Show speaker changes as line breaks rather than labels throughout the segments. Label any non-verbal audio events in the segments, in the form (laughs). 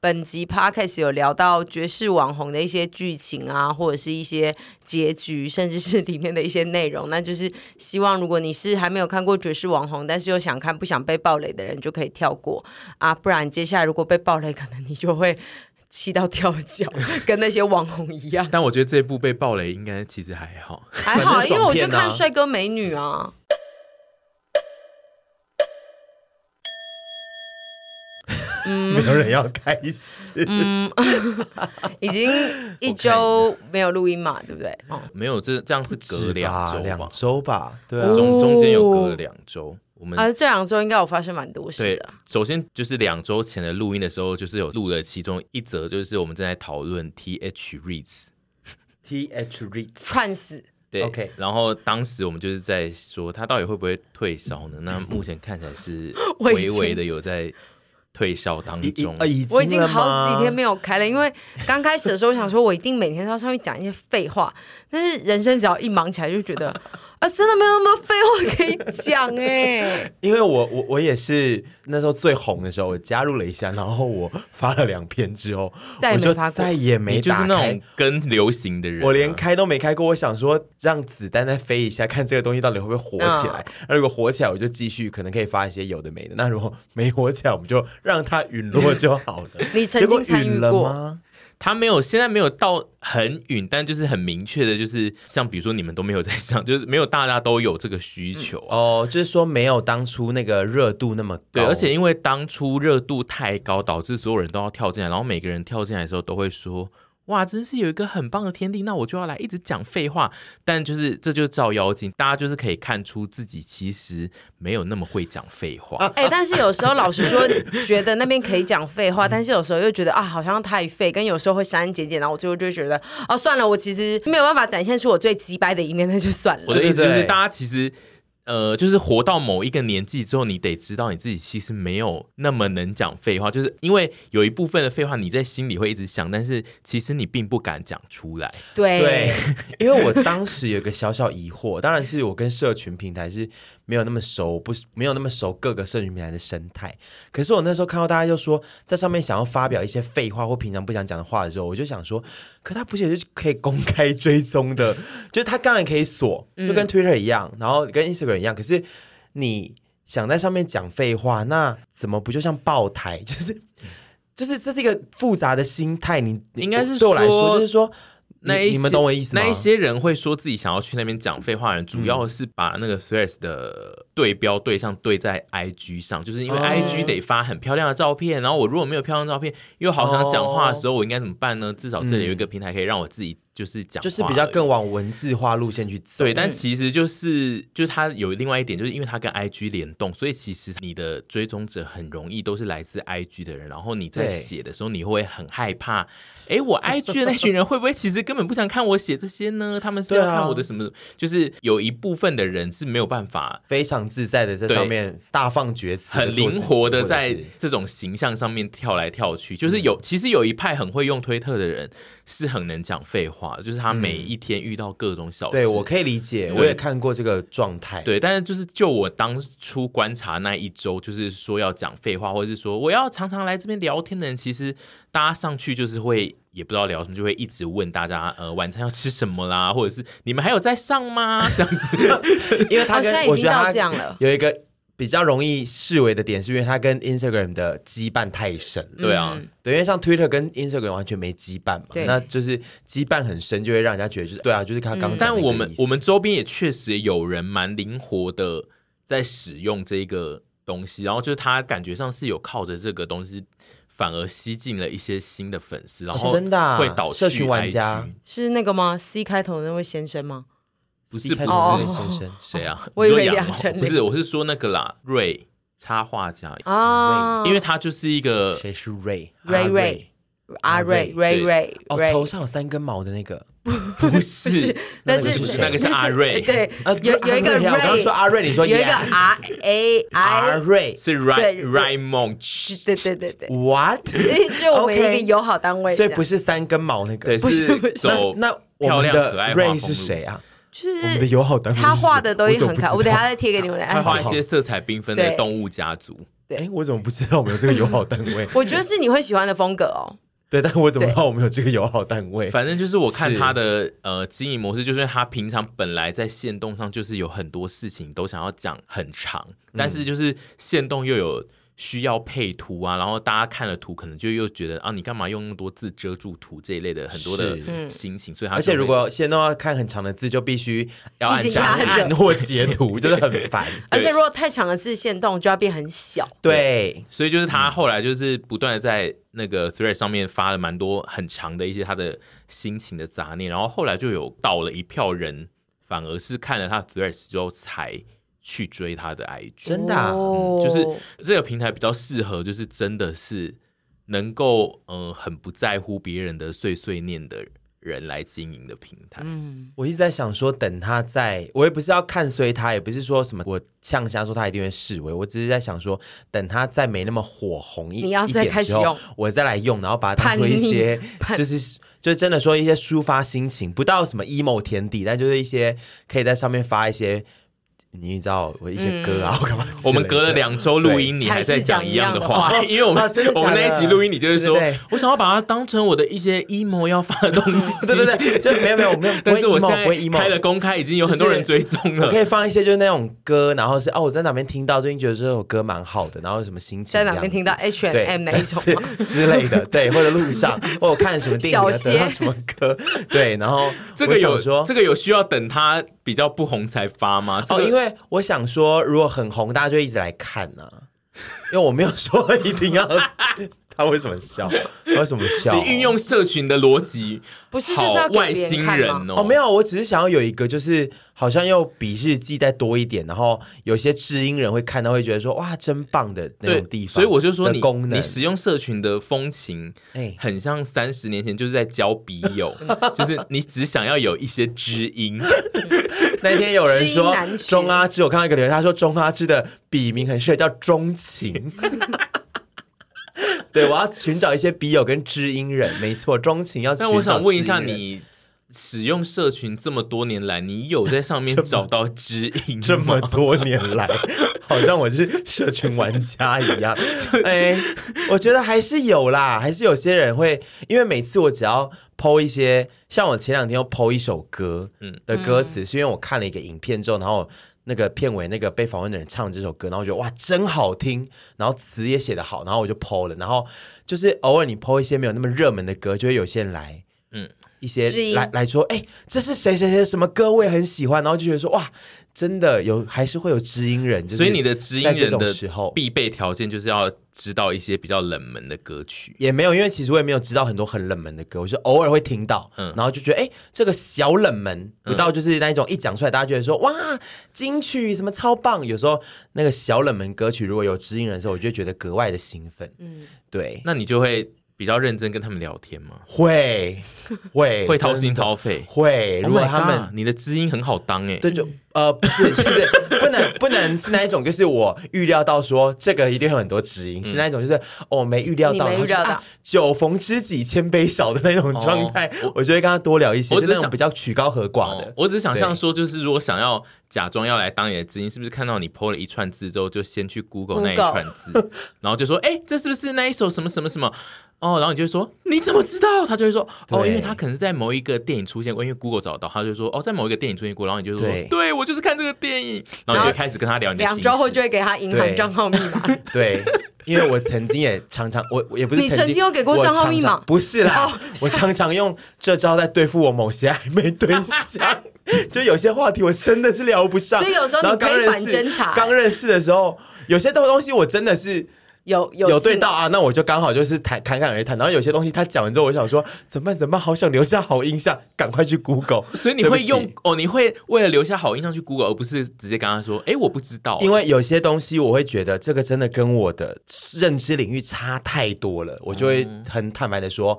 本集 podcast 有聊到爵士网红的一些剧情啊，或者是一些结局，甚至是里面的一些内容。那就是希望如果你是还没有看过爵士网红，但是又想看不想被暴雷的人，就可以跳过啊。不然接下来如果被暴雷，可能你就会气到跳脚， (laughs) 跟那些网红一样。
但我觉得这部被暴雷应该其实还
(laughs)
好，
还好，
反
因
正
为我就
爽片啊
看帅哥美女啊。
没有人要开始。
已经一周没有录音嘛，对不对？哦，
没有这这样是隔两
吧，
周吧
两，周哦吧，对啊，
中中间有隔两周，我们
啊，这两周应该有发生蛮多事
对
啊
的。，
首先就是两周前的录音的时候，就是有录了其中一则，就是我们正在讨论 T H Reads。
T H Read
串死，
对
OK
然后当时我们就是在说他到底会不会退烧
(laughs)
呢？那目前看起来是
我已
微
经
微的有在退烧当中。
已
我已经
了
好几
吗
天没有开了，因为刚开始的时候想说，我一定每天都要上去讲一些废话，但是人生只要一忙起来，就觉得啊，真的没有那么多废话可以讲哎、
(laughs) 因为我我我也是那时候最红的时候，我加入了一下，然后我发了两篇之后，
再也没
我就
发过
再也没
你就是
打
那
开
种。啊跟流行的人啊、
我连开都没开过，我想说让子弹再飞一下，看这个东西到底会不会火起来。
嗯
那、如果火起来，我就继续可能可以发一些有的没的。那如果没火起来，我们就让它陨落就好了。
你曾
结果
经参与
陨了
过
吗？
他没有，现在没有到很允，但就是很明确的，就是像比如说你们都没有在上， (laughs) 就是没有大家都有这个需求。
哦，就是说没有当初那个热度那么高，
对，而且因为当初热度太高，导致所有人都要跳进来，然后每个人跳进来的时候都会说：“哇，真是有一个很棒的天地，那我就要来一直讲废话。”但就是这就是照妖镜，大家就是可以看出自己其实没有那么会讲废话。
哎、但是有时候老实说，觉得那边可以讲废话，但是有时候又觉得啊，好像太废，跟有时候会删删减减，然后我最后就会觉得啊，算了，我其实没有办法展现出我最鸡掰的一面，那就算
我
了。
的意思就
对对
是，
对
大家其实。呃，就是活到某一个年纪之后，你得知道你自己其实没有那么能讲废话，就是因为有一部分的废话你在心里会一直想，但是其实你并不敢讲出来。
对，
对， (laughs) 因为我当时有一个小小疑惑，当然是我跟社群平台是没有那么熟，不是没有那么熟各个社群平台的生态。可是我那时候看到大家就说在上面想要发表一些废话或平常不想讲的话的时候，我就想说，可他不是也是可以公开追踪的，就是他当然可
(laughs)
以锁，
嗯
就跟 Twitter 一样，然后跟 Instagram 一样，可是你。想在上面讲废话，那怎么不就像爆台？ (laughs) 就是就是这是一个复杂的心态。你你
应该是
对我来
说
说，就是说
那
你
一
你们
些
懂我意思吗？嗯
那一些人会说自己想要去那边讲废话的人，主要是把那个 Threads 的对标对象对在 IG 上，就是因为
哦
IG 得发很漂亮的照片，然后我如果没有漂亮的照片，又好想讲话的时
哦
候，我应该怎么办呢？至少这里有一个平台可以让我自己就是讲话而
嗯就
已，
是比较更往文字化路线去走。
对，但其实就是就是它有另外一点，就是因为它跟 IG 联动，所以其实你的追踪者很容易都是来自 IG 的人。然后你在
对
写的时候，你会很害怕，哎，我 IG 的那群人会不会其实根本不想看我写这些呢？他们是
对
要
啊
看我的什么？就是有一部分的人是没有办法。
非常自在的在
对
上面大放厥词，
很灵活
的
的在这种形象上面跳来跳去，就是
嗯
有、其实有一派很会用推特的人是很能讲废话的，就是他每一天遇到各种小事，
嗯对我可以理解，
对
我也看过这个状态。
对，但是就是就我当初观察那一周，就是说要讲废话，或者是说我要常常来这边聊天的人，其实大家上去就是会也不知道聊什么，就会一直问大家呃晚餐要吃什么啦，或者是你们还有在上吗？这样
(laughs)
子，
因为他
好像
跟
哦已
我觉
经
得
到
他
这样了。
有一个比较容易视为的点，是因为他跟 Instagram 的羁绊太深了。
对啊，
嗯
对，因为像 Twitter 跟 Instagram 完全没羁绊嘛
对，
那就是羁绊很深，就会让
嗯
人家觉得就是对啊，就是他刚刚讲
但
那个
我们
意思
我们周边也确实有人蛮灵活的。在使用这一个东西，然后就是他感觉上是有靠着这个东西，反而吸进了一些新的粉丝，然后
真的啊
会导致
社群玩家
是那个吗？C 开头的那位先生吗？
不是
一开始
哦
是先生，
谁啊？
我以为
你说
杨
哦
丞琳
不是，我是说那个啦，瑞插画家，
嗯
啊，
因为他就是一个
谁是 Ray？
Ray
啊
Ray 阿瑞瑞瑞
哦，
瑞，
头上有三根毛的那个，
不是，
(laughs) 但
那个是
是
(laughs)
谁
那个是阿瑞
(laughs) 对
(laughs) 啊，
有有一个
阿瑞啊我刚刚说
Ray，
阿瑞，你说
有一个
yeah
R A
阿
I，
瑞
是 Ray
对
Ray
(laughs)
Monch，
对对对对，
，What？
(laughs) 就我们一个
OK
友好单位这
(laughs) 所以
样，
不是三根毛那
对，
个。
是
不是
走
那我
漂
们
亮可爱
的
画风
Ray
路
是谁？啊？
就
我们的
是
友好单位
他画的都
是谁
很可爱，我等一下。再贴给你们
他
看。？
画一些色彩缤纷的动物家族，
哎，我怎么不知道我们有这个友好单位
我觉得是你会喜欢的风格哦，
对，但我怎么知
对
道我们有这个友好单位？
反正就是我看
是
他的呃经营模式，就是他平常本来在线动上就是有很多事情都想要讲很长，但是就是线动又有。需要配图啊，然后大家看了图，可能就又觉得啊，你干嘛用那么多字遮住图这一类的很多的
嗯
心情，所以他
而且
就会
如果现在要看很长的字，就必须
要按
一直
下
压着
按
按或截图，就是很
(laughs)
烦。
而且如果太长的字线动就要变很小。
对，
所以就是他后来就是不断的在那个 thread 上面发了蛮多很长的一些他的心情的杂念，然后后来就有到了一票人，反而是看了他 thread 之后才去追他的 IG，
真的啊
哦
就是这个平台比较适合，就是真的是能够嗯、呃很不在乎别人的碎碎念的人来经营的平台。
嗯，
我一直在想说，等他在，我也不是要看衰他，也不是说什么我呛下说他一定会示威，我只是在想说，等他再没那么火红一
你要
一
再
点
开始
之后
用
我再来用，然后把它当做一些就是。就是真的说一些抒发心情，不到什么 emo 田地，但就是一些可以在上面发一些，你知道我一些歌
嗯
啊，我干嘛之类的？
我们隔了两周录音，你还在讲一样的话， (laughs)
还是讲一样的话
因为我们、
啊真的假
我
的
们那一集录音，你就是说
对对对
我想要把它当成我的一些 emo 要发的东西，
(laughs) 对对。对，就没有没有我没有，
(laughs) 但是我
不
现
会 emo，
在
不会 emo，
开了公开，已经有很多人追踪
我 (laughs)
了
可。以放一些就是那种歌，然后是哦，我在哪边听到，最近觉得这首歌蛮好的，然后有什么心情？
在哪边听到
这样
H
子？对
and M 那一
(laughs)
种吗？
是 (laughs) 之类的，对，或者路上，或者看什么电影啊，
小
得到
歇
什么歌， (laughs) 对，然后
这个
我想
有
说
这个有需要等它比较不红才发吗？这
哦，
个
因为我想说，如果很红，大家就一直来看呢、因为我没有说一定要。 (laughs) 他为什么笑？为什么笑？
你运用社群的逻辑，
不是就是
好
要
外
给别人
星
看
人
吗？
哦，
哦，没有，我只是想要有一个，就是好像又比日记再多一点，然后有些知音人会看到，会觉得说哇，真棒的那
对
种地方。
所以我就说你
的功能
你使用社群的风情
哎，
很像三十年前就是在交笔
(laughs)
友，就是你只想要有一些知音。
(laughs) 那天有人
知音
说
难寻
钟阿芝，我看到一个留言，他说钟阿芝的笔名很适合叫
(laughs)
钟情。对，我要寻找一些笔友跟知音人，没错，钟情要。
但我想问一下，，你使用社群这么多年来，你有在上
(laughs)
面找到知音吗
这么多年来，好像我是社群玩家一样。哎，我觉得还是有啦，还是有些人会，因为每次我只要剖一些，像我前两天又剖一首歌，嗯
嗯
的歌词，是因为我看了一个影片之后，然后。那个片尾那个被访问的人唱这首歌，然后我觉得哇真好听，然后词也写得好，然后我就剖了，然后就是偶尔你剖一些没有那么热门的歌，就会有些人来一
知
些
音
来来说，哎、这是谁谁谁什么歌，我也很喜欢，然后就觉得说，哇，真的有还是会有知音人，就是
所以你的知音
在这
人
种
的
时候
必备条件就是要知道一些比较冷门的歌曲。
也没有，因为其实我也没有知道很多很冷门的歌，我是偶尔会听到，
嗯
然后就觉得，哎、这个小冷门，不到就是那一种一讲出来，大家觉得说，哇，金曲什么超棒，有时候那个小冷门歌曲如果有知音人的时候，我就会觉得格外的兴奋，嗯，对。
那你就会比较认真跟他们聊天吗？
会会
(laughs) 会掏
哎真
心
的
掏肺。
会，如果
Oh my
他们
God，你的知音很好当哎、
对，就呃不是，就是 (laughs) 不能不能是那一种，就是我预料到说这个一定有很多指引，
嗯
是那一种就是哦没预料到，
你没
然后
预料
就是
到
啊酒逢知己千杯少的那种状态，
哦
我就会跟他多聊一些，
我
就
只
那种
想
比较曲高和寡
哦
的，。
我只想象说，就是如果想要假装要来当你的知音，是不是看到你 PO 了一串字之后，就先去 Google 那一
Google
串字， (laughs) 然后就说，哎、这是不是那一首什么什么什么？哦，然后你就会说你怎么知道？他就会说哦，
对
因为他可能在某一个电影出现过，因为 Google 找到，他就说哦，在某一个电影出现过，然后你就说
对
对我就是看这个电影，然后你就开始跟他聊你的
两
心
周后
事
就会给他银行账号密码，
对，因为我曾经也常常，我我也不是
你
经
曾经有给过
我
账号密
常常
码
不是啦，
哦
我常常用这招在对付我某些暧昧对
(laughs)
象。就有些话题我真的是聊不上，
所以有时候你
然后刚
可以
认
反
识
侦查
刚认识的时候，有些东西我真的是
有有
有对
进
到啊，那我就刚好就是谈侃侃而谈。然后有些东西他讲完之后，我就想说怎么办？怎么办？好想留下好印象，赶快去 Google。
所以你
对不
会用
起。
哦，你会为了留下好印象去 Google，而不是直接跟他说，哎，我不知道，
因
为
为有些东西我会觉得这个真的跟我的认知领域差太多了，我就会
嗯
很坦白的说，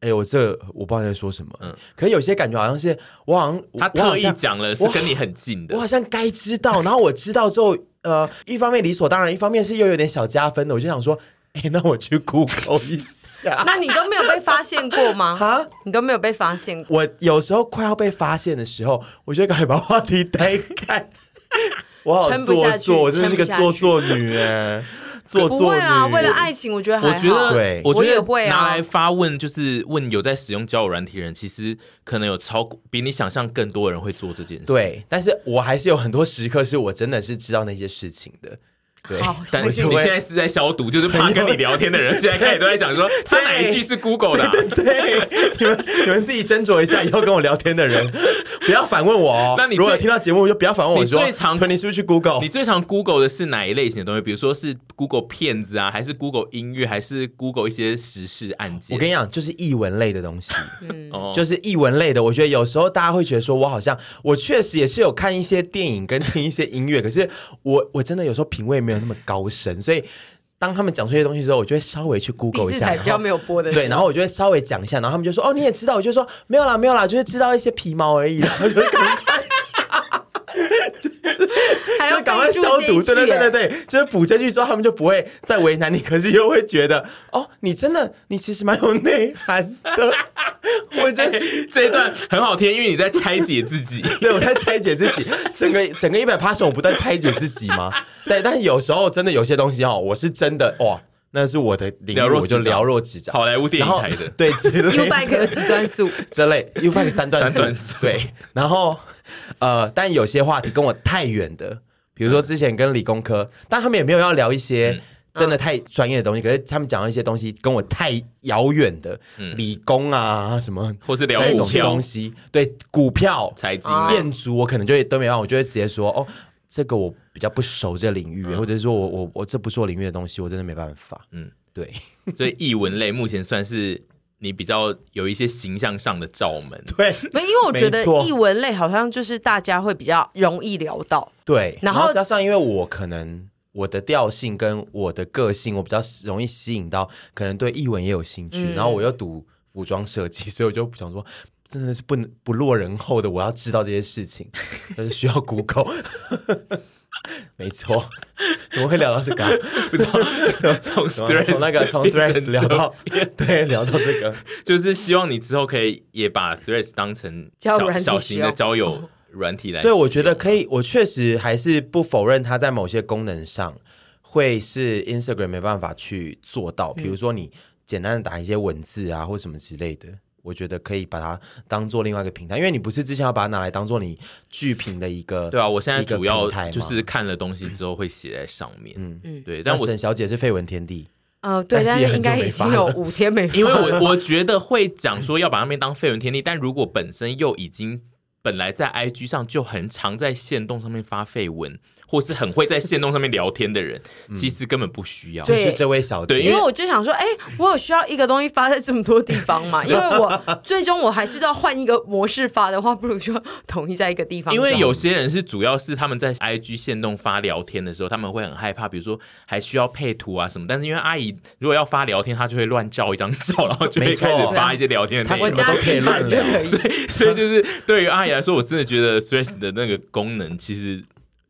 哎、我这我不知道在说什么。
嗯
可有些感觉好像是我好像
他
我好
特意
像
讲了是跟你很近的
我好。像该知道，然后我知道之后，呃，一方面理所当然，一方面是又有点小加分的，我就想说，哎、那我去 Google 一 (laughs) 下
那你都没有被发现过吗？
哈。
你都没有被发现过，
我有时候快要被发现的时候，我就赶快把话题推开。我好
撑不下
做
去
作，我真的是个
撑不下
做
去
作女哎，做
不
作
会
女。
啦。为了爱情，我觉得还
我
好。
觉得，
对
我觉
我也
得
会啊
拿来发问，就是问有在使用交友软体的人，其实可能有超过比你想象更多人会做这件事。，
对，但是我还是有很多时刻是我真的是知道那些事情的。对，
好，
(laughs)
相
但是
信
你
哦我
现在是在消毒，就是怕跟你聊天的人现在开始都在想
(laughs)
说，他哪一句是 Google 的啊、
(laughs) 对，你们你们自己斟酌一下，以后跟我聊天的人不要反问我哦。
那你最
如果有听到节目就不要反问我
你
说，
最常
屯你是不是去 Google？
你最常 Google 的是哪一类型的东西？比如说是 Google 骗子啊，还是 Google 音乐，还是 Google 一些时事案件？
我跟你讲，就是译文类的东西。
哦
就是译文类的，我觉得有时候大家会觉得说，我好像我确实也是有看一些电影跟听一些音乐，可是我我真的有时候品味没有那么高深，所以当他们讲出这些东西之后，我就会稍微去 Google
第
一
四
下，
台比较
然后
没有播的，
对，然后我就会稍微讲一下，然后他们就说哦你也知道，我就说没有啦没有啦，就是知道一些皮毛而已啦，然后 (laughs) 就赶快
(laughs) 还
就
要
赶快
备注啊
消
这一
毒，对对
句
对对
耶，
对，就是补这句之后，他们就不会再为难你，可是又会觉得哦你真的你其实蛮有内涵的， (laughs) 我就
(laughs)
是。
这一段很好听，因为你在拆解自
(laughs)
己。
对，我在拆解自己，整个整个一百 p a 我不断拆解自己吗？对，但是有时候真的有些东西哦，我是真的哇，那是我的领
了
域，
若
我就
指掌
了若指掌。
好莱坞电
然
影
后
台的
对之
(laughs) U
类
bike 有极端素，
之类 U bike 三段
三
速
段速
对，然后呃，但有些话题跟我太远的，比如
嗯
说之前跟理工科，但他们也没有要聊一些。真的太专业的东西，可是他们讲到一些东西跟我太遥远的，理工啊什么，
嗯或是聊
这种
股票
东西，对股票、
财经
啊
建筑，我可能就会都没办法，我就会直接说哦，这个我比较不熟这领域，或者是说我我我这不是我领域的东西，我真的没办法。
嗯
嗯，对
所以译文类目前算是你比较有一些形象上的罩门。
对
没，因为我觉得
没错
译文类好像就是大家会比较容易聊到，
(laughs) 对，
然
然
后
后加上因为我可能。我的调性跟我的个性，我比较容易吸引到，可能对译文也有兴趣，然后我又读服装设计，所以我就想说，真的是不能不落人后的，我要知道这些事情，但是需要 Google。没错，怎么会聊到这个啊、
不知道从
从从那个从
变成
Threads 聊到对聊到
(laughs)
这个，
就是希望你之后可以也把 Threads 当成
交友
小
软体
小型的
使用
交友软体来使
对
用。
我觉得可以，我确实还是不否认它在某些功能上会是 Instagram 没办法去做到，
嗯
比如说你简单的打一些文字啊或什么之类的。我觉得可以把它当做另外一个平台，因为你不是之前要把它拿来当做你剧评的一个
对啊，我现在
一个
主要
平台吗
就是看了东西之后会写在上面。嗯嗯，对，但
那
我
沈小姐是绯闻天地，
呃，对，
但
但
是也
是应该
很久
已
没发
经有
了
五天没发，
因为我我觉得会讲说要把他们当绯闻天地，但如果本身又已经本来在 IG 上就很常在线动上面发绯闻，或是很会在线动上面聊天的人，
嗯
其实根本不需要。
就
对
是这位小
对
姐，
因为我就想说，哎、我有需要一个东西发在这么多地方
(laughs)
嘛？因为我最终我还是要换一个模式发的话，不如就统一在一个地方。
因为有些人是主要是他们在 IG 线动发聊天的时候，他们会很害怕，比如说还需要配图啊什么。但是因为阿姨如果要发聊天，她就会乱照一张照，然后就会
没错
开始发一些聊天的
她
内
什
我
容
么。
家
都可
地
以
板
乱
就
聊
可以。
所以就是对于阿姨来说，我真的觉得 Threads 的那个功能其实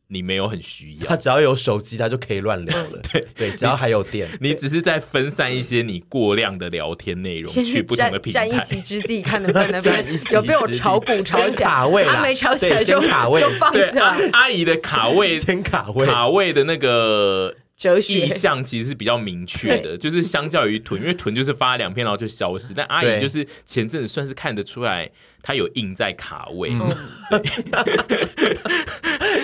你没有很需
她
(laughs)
要，
只要有手机，她就可以乱聊了。对对，只要还有电，
嗯你只是在分散一些你过量的聊天内容
先
去
去
不同
占
的平
占一
台。
席之地，看能不
(laughs)
能
占一席
有被我
之地
炒股炒
先
起来，
卡位啦
啊，没炒起来
对
就
啊先卡位
就放
对，
着
阿。阿姨的卡位
先卡位，
卡位的那个
(laughs) 哲
意
学。
向其实是比较明确的，就是相较于臀，因为臀就是发两篇然后就消失，但阿姨
对
就是前阵子算是看得出来，她有印在卡位。
嗯，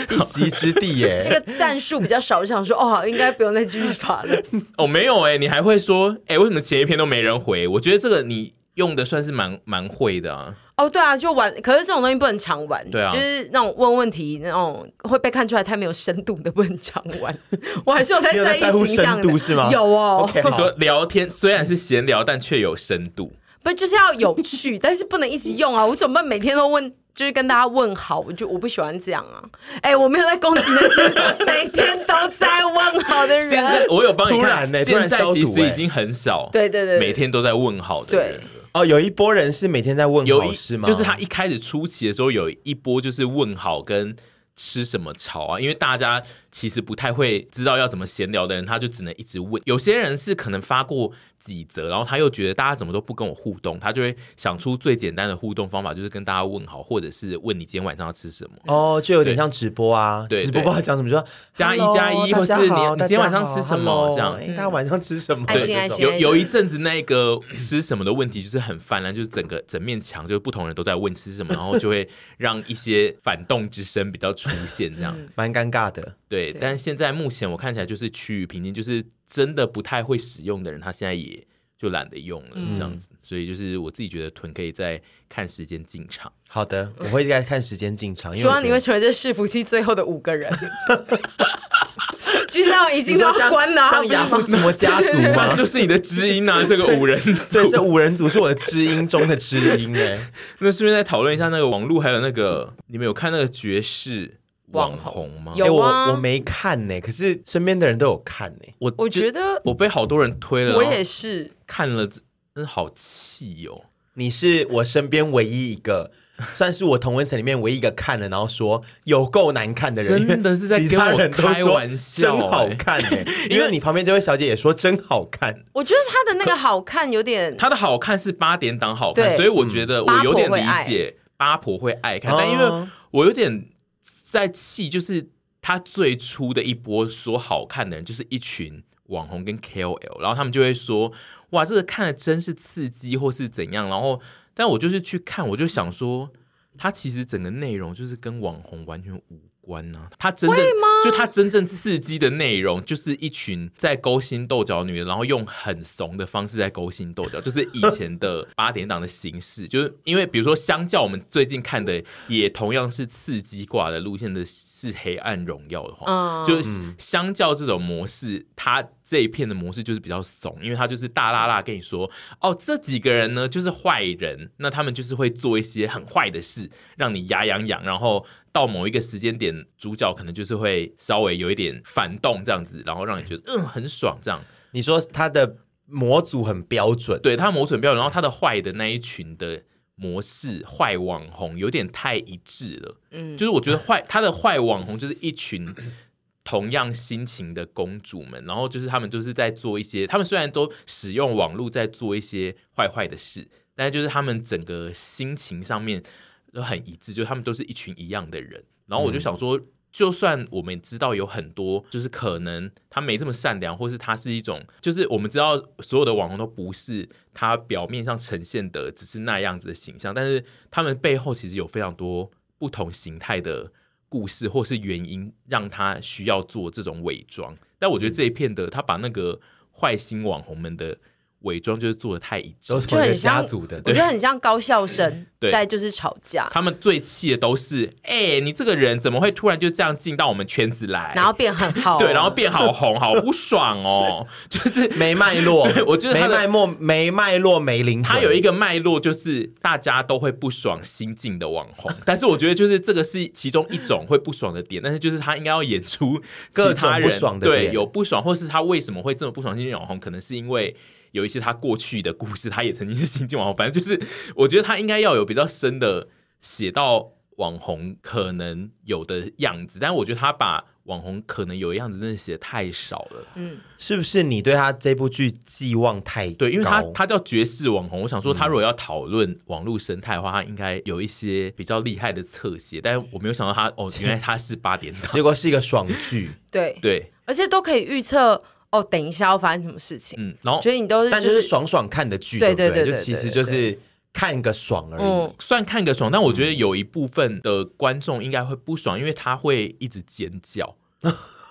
一席之地
那
(laughs)
耶。
个战术比较少，我想说哦，应该不用再继续发了。
哦，没有哎、你还会说哎、为什么前一篇都没人回？我觉得这个你用的算是蛮蛮会的啊。
哦，对啊，就玩，可是这种东西不能常玩，
对啊
就是那种问问题那种会被看出来太没有深度的，不能常玩。我还是有在
你有在
意
在乎
形象
深
的，
度是吗
有哦
(laughs) 你
OK，好
说聊天虽然是闲聊，但却有深度。
不就是要有趣， (laughs) 但是不能一直用啊！我怎么办？每天都问，就是跟大家问好，我就我不喜欢这样啊！哎、我没有在攻击那些每天都在问好的
(laughs) 现在
人。
我有帮你看，
突然欸突
现
然
在
消毒
其实已
欸
经很少，
对对对对
每天都在问好的人
对。
哦，有一波人是每天在问
有
好
一
事吗？
就是他一开始初期的时候有一波就是问好跟吃什么吵啊，因为大家其实不太会知道要怎么闲聊的人，他就只能一直问。有些人是可能发过几则，然后他又觉得大家怎么都不跟我互动，他就会想出最简单的互动方法，就是跟大家问好，或者是问你今天晚上要吃什么。
哦，就有点像直播啊，
对对
直播不知道讲什么，就说
加一
“Hello，
加一
大家好
或是你你今天晚上
大家好
吃什么
hello，
这样
哎大家晚上吃什么？
爱
这
嗯心
种
爱心
有有一阵子那个吃什么的问题就是很泛滥，就是整个整面墙就是不同人都在问吃什么，然后就会让一些反动之声比较出现这样。
蛮尴尬的。
对，
对
但现在目前我看起来就是趋于平静，就是真的不太会使用的人，他现在也就懒得用了，
嗯
这样子。所以就是我自己觉得臀可以再看时间进场。
好的，
嗯
我会再看时间进场，因
希
为我
啊望你
觉
会
得
成为这伺服器最后的五个人。就是那种已经
你
都
说
要
像
关了、啊，
像
不
雅
是
虎
吗？
什么家族
那 (laughs)
吗？
就是你的知音啊，这个五人
所以
组。
这五人组是我的知音中的知音哎，
那顺便再讨论一下那个网络，还有那个你们有看那个爵士网红吗？
有
哎
啊
我我没看呢，可是身边的人都有看哎呢。
我
我
就
觉得
我被好多人推了，
我
然后
也是，
看了，真的好气哦。
你是我身边唯一一
(laughs)
个，算是我同温层里面唯一一个看了，然后说有够难看的人，
真的是在
因为
跟我
其他人都说
开玩笑
真好
哎
看
(laughs)
哎、因为你旁边这位小姐也说真好看，
我觉得他的那个好看有点
它的好看是八点档好看，
对
所以我觉得我有点理解嗯八婆会爱看，但因为
哦
我有点在气，就是他最初的一波说好看的人，就是一群网红跟 KOL，然后他们就会说哇，这个看了真是刺激，或是怎样，然后但我就是去看，我就想说，它其实整个内容就是跟网红完全无。关呐、它真正就它真正刺激的内容，就是一群在勾心斗角的女人，然后用很怂的方式在勾心斗角，就是以前的八点档的形式。就是因为比如说，相较我们最近看的，也同样是刺激挂的路线的是《黑暗荣耀》的话，
嗯
就是相较这种模式，它这一片的模式就是比较怂，因为它就是大拉拉跟你说，哦，这几个人呢就是坏人，那他们就是会做一些很坏的事，让你牙痒痒，然后到某一个时间点，主角可能就是会稍微有一点反动这样子，然后让你觉得嗯很爽这样。
你说她的模组很标准，
对他磨损标准，然后他的坏的那一群的模式，坏网红有点太一致了。嗯，就是我觉得坏他的坏网红就是一群同样心情的公主们，然后就是他们就是在做一些，他们虽然都使用网络在做一些坏坏的事，但是就是他们整个心情上面都很一致，就是他们都是一群一样的人。然后我就想说。就算我们知道有很多，就是可能他没这么善良，或是他是一种，就是我们知道所有的网红都不是他表面上呈现的只是那样子的形象，但是他们背后其实有非常多不同形态的故事，或是原因让他需要做这种伪装。但我觉得这一片的他把那个坏心网红们的伪装就是做的太一致
都
了
是，
就
同一
很
个
像
家族的，
我觉得很像高校生
对
在就是吵架，
他们最气的都是，哎、你这个人怎么会突然就这样进到我们圈子来？
然后变很好，
对，然后变好红，好不爽哦。就是
没脉络
对， (laughs) 我觉得她
没
的
脉络，没脉络，没灵魂。
它有一个脉络，就是大家都会不爽新晋的网红，但是我觉得就是这个是其中一种会不爽的点，但是就是他应该要演出
各
其他
种不
人
爽的
对
点
有不爽，或是他为什么会这么不爽新晋网红，可能是因为。有一些他过去的故事，他也曾经是新晋网红，反正就是我觉得他应该要有比较深的写到网红可能有的样子，但我觉得他把网红可能有的样子真的写得太少了。
是不是你对她这部剧寄望太高？
对，因为他他叫绝世网红，我想说他如果要讨论网络生态的话，他应该有一些比较厉害的侧写，但我没有想到他哦，原来他是八点档，
结果是一个爽剧，
对。
对，
而且都可以预测哦，等一下要发生什么事情。
嗯，然后
觉得你都是
但
呃就
就是
是
爽爽看的剧，
对
对不
对对
就
对
其实
对
就是看个爽而已
嗯。
算看个爽，但我觉得有一部分的观众应该会不爽，因为他会一直尖 (laughs) 叫。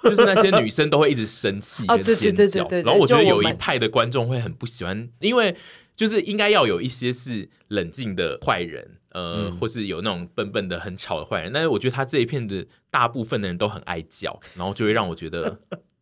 就是那些女生都会一直生气
哦
跟
对对
尖
对
叫，
对对对
然后我觉得
就我
有
们
一派的观众会很不喜欢，因为就是应该要有一些是冷静的坏人，呃，或是有那种笨笨的很吵的坏人，但是我觉得他这一片的大部分的人都很爱 (laughs) 叫，然后就会让我觉得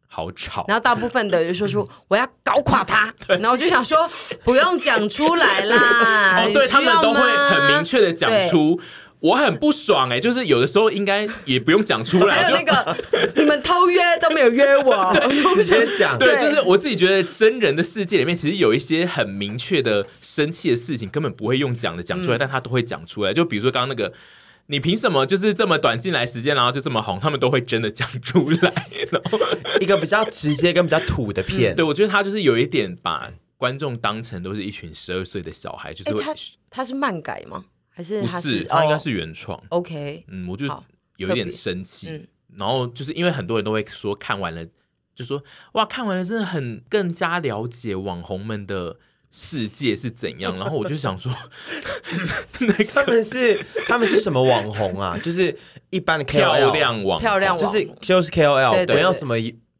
好吵。
然后大部分的人就说出
嗯
我要搞垮
(laughs)
他，然后我就想说不用讲出来啦。
哦，
你
对
需
他们
要
都会
吗
很明确的讲
对
出我很不爽哎、就是有的时候应该也不用讲出
(laughs)
来，
还有那
就 (laughs)
个你们偷约都没有约我，
直接讲，
对，
对
就是我自己觉得真人的世界里面，其实有一些很明确的生气的事情，根本不会用讲的讲出来，但他都会讲出来。就比如说刚刚那个。你凭什么就是这么短进来时间，然后就这么红？他们都会真的讲出来。 (laughs) 然后
一个比较直接跟比较土的片
对，我觉得他就是有一点把观众当成都是一群十二岁的小孩，就是
哎
会、
他他是漫改吗？还是
不
他
是
哦
他应该是原创。
OK？
嗯，我就
好
有一点
特别
生气。
嗯
然后就是因为很多人都会说看完了，就说哇，看完了真的很更加了解网红们的世界是怎样。然后我就想说，
他们是他们是什么网红啊？就是一般的 KOL，
(laughs) 漂亮网红，
漂亮网
就
红
是就是 KOL，
对对对
没有什么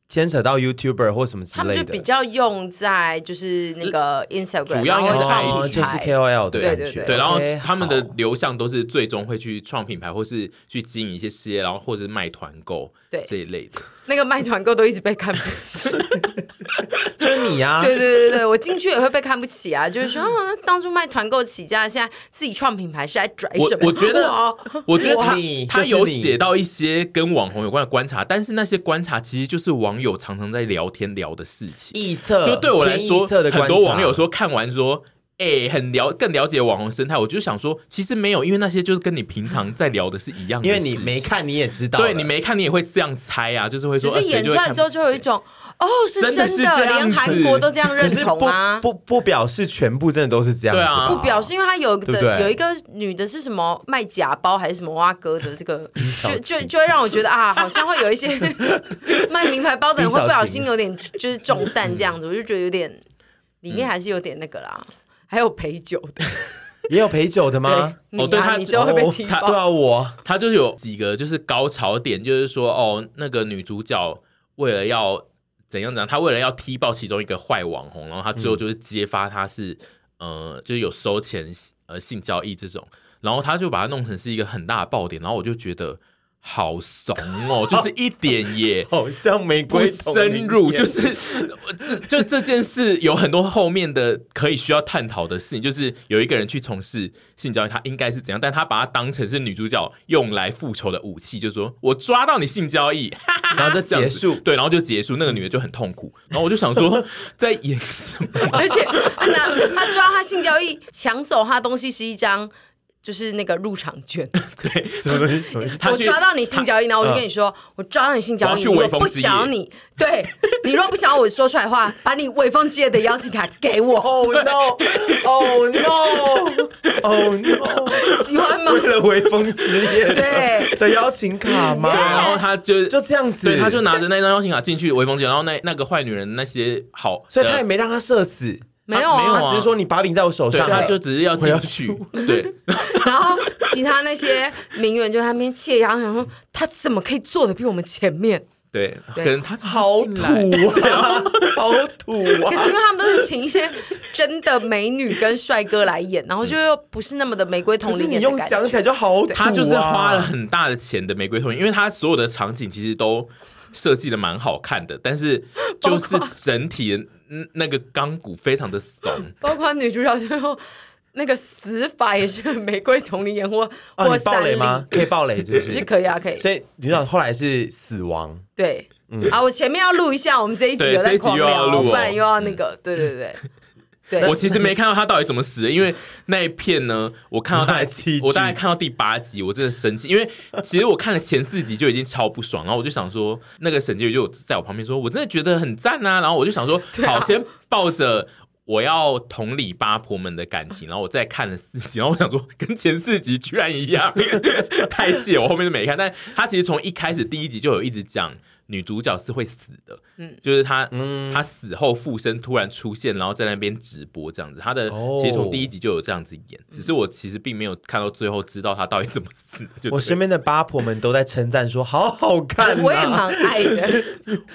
牵扯到 YouTuber 或什么之
他们
类
就
的，
比较用在就是那个 Instagram，
主要应该
然后
是
创
哦，
品
就是
牌。
KOL 的
对
感
对
觉。
对，然后
OK，
他们的
好
流向都是最终会去创品牌，或是去经营一些事业，然后或者是卖团购
对
这一类的。
那个卖团购都一直被看不起，
就是你啊，
对对对对，我进去也会被看不起啊，就是说啊，当初卖团购起家，现在自己创品牌是在拽
我
什么？
我觉得，我觉得他
你
他
就是
有
你
写到一些跟网红有关的观察，但是那些观察其实就是网友常常在聊天聊的事情。
臆测，
就对我来
偏
说，
臆测的观
很
察
多网友说看完说。哎、很了更了解网红生态，我就想说，其实没有，因为那些就是跟你平常在聊的是一样的
因
事
为
情，
你没看你也知道了，
对你没看，你也会这样猜啊，就是会
只
说，
是演出来之后就有一
种。
种哦，是
真的是这样
连韩国都这样认
可是
同啊。
不不不表示全部真的都是这样子
对啊
吧，
不表示，因为他有的
对不对
有一个女的是什么卖假包还是什么蛙哥的这
(laughs)
个，
小
就就
气
就会让我觉得啊，好像会有一些卖名牌包的人会不小心有点就是中弹这样子，我就觉得有点里
嗯
面还是有点那个啦，还有陪酒的，
也有陪酒的吗？
你
哦对
啊
他
你之后会被
哦
踢
他
爆
对。啊，我。
他就是有几个就是高潮点，就是说哦，那个女主角为了要怎样怎样，她为了要踢爆其中一个坏网红，然后她最后就是揭发她是、呃，就是有收钱呃性交易这种，然后他就把它弄成是一个很大的爆点，然后我就觉得好怂哦，就是一点也
好像玫
不
瑰童林
深入，就
一样
是这就这件事有很多后面的可以需要探讨的事情，就是有一个人去从事性交易，他应该是怎样，但他把它当成是女主角用来复仇的武器，就说我抓到你性交易， (laughs)
然后就
这样
结
子
束。
对，然后就结束，那个女的就很痛苦，然后我就想说在演
(laughs)
什么？
(laughs) 而且那他抓他性交易，抢走他东西是一张就是那个入场券。
什么东西？什么东西
他
我
去
抓到你性交易，然后我就跟你说，我抓到你性交
我要
易，
去
你若
微风
不
之夜
想要你，对你若不想要我说出来的话，把你微风之夜的邀请卡给我， (laughs)
？Oh no! Oh no! Oh no!
喜欢吗？
为了微风之夜
对
的邀请卡
对，然
吗？
后他就
就这样子，
对，他就拿着那张邀请卡进去微风节，然后那那个坏女人那些好，
所以他也
呃
没让他射死，
没有
没有
啊，
啊
他只是说你把柄在我手
对，
上，
他就只是要
我要
进去，对，
然后其他那些名媛就在那边窃然后想说他怎么可以做的比我们前面？
对，可
对
能他
好
进
土
来
啊，好土
可
啊！
是因为他们都是请一些真的美女跟帅哥来演，然后就又不是那么的玫瑰
可
同
是
龄
你
演
用
的感
讲起
觉。
来就好土啊，
他就是花了很大的钱的玫瑰童影，因为他所有的场景其实都设计的蛮好看的，但是就是整体的嗯那个钢骨非常的怂，
包括女主角最后那个死法也是玫瑰同龄演或
啊！
或
你爆
三
雷
里，
吗？可以爆雷，就是
是可以啊，可以。
所以嗯女长后来是死亡，
对，啊，我前面要录一下，我们这一集
对
有
这
在
一集
狂
又要
聊，
录哦
不然又要那
嗯
个，对对对，对，
我其实没看到他到底怎么死的，因为那一片呢，我看到大
你还
概
弃剧
我大概看到第八集，我真的生气，因为其实我看了前四集就已经超不爽，然后我就想说，那个沈杰宇就在我旁边说，我真的觉得很赞啊，然后我就想说，好，先抱着。我要同理八婆们的感情，然后我再看了四集，然后我想说，跟前四集 (laughs) 居然一样，太气了！我后面就没看，但他其实从一开始第一集就有一直讲女主角是会死的，嗯，就是她，她死后附身突然出现，然后在那边直播这样子。她的
哦
其实从第一集就有这样子演，只是我其实并没有看到最后，知道她到底怎么死的。就
我
是
身边的八婆们都在称赞说好好看、啊，
我也蛮爱
(laughs)
的，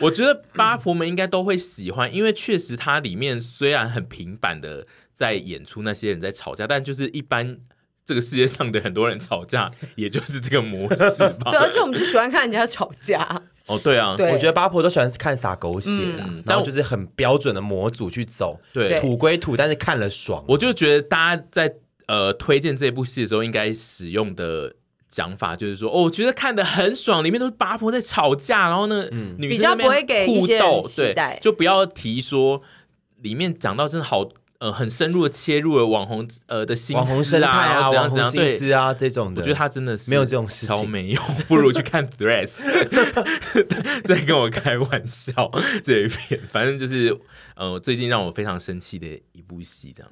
我觉得八婆们应该都会喜欢，因为确实它里面虽然很平板的在演出那些人在吵架，但就是一般。这个世界上的很多人吵架，也就是这个模式吧 (laughs)
对，。而且我们就喜欢看人家吵架，
哦，对啊，
对
我觉得八婆都喜欢看撒狗血啦，然
但
后
我
就是很标准的模组去走，
对
土归土，但是看了爽。
我就觉得大家在呃推荐这部戏的时候，应该使用的讲法就是说，哦，我觉得看的很爽，里面都是八婆在吵架，然后呢，
嗯
女
比
生
较
在那边
不会给一些人
互斗
期
对
待
就不要提说里面讲到真的好。呃，很深入的切入了网红呃的心思啊
网红生态
然
啊，
后怎
网
样怎
红
样，
心
对，
思啊这种的，
我觉得他真的是
没有这种事情
超没有，不如去看 Threads，在跟我开玩笑这一片，反正就是嗯、呃最近让我非常生气的一部戏，这样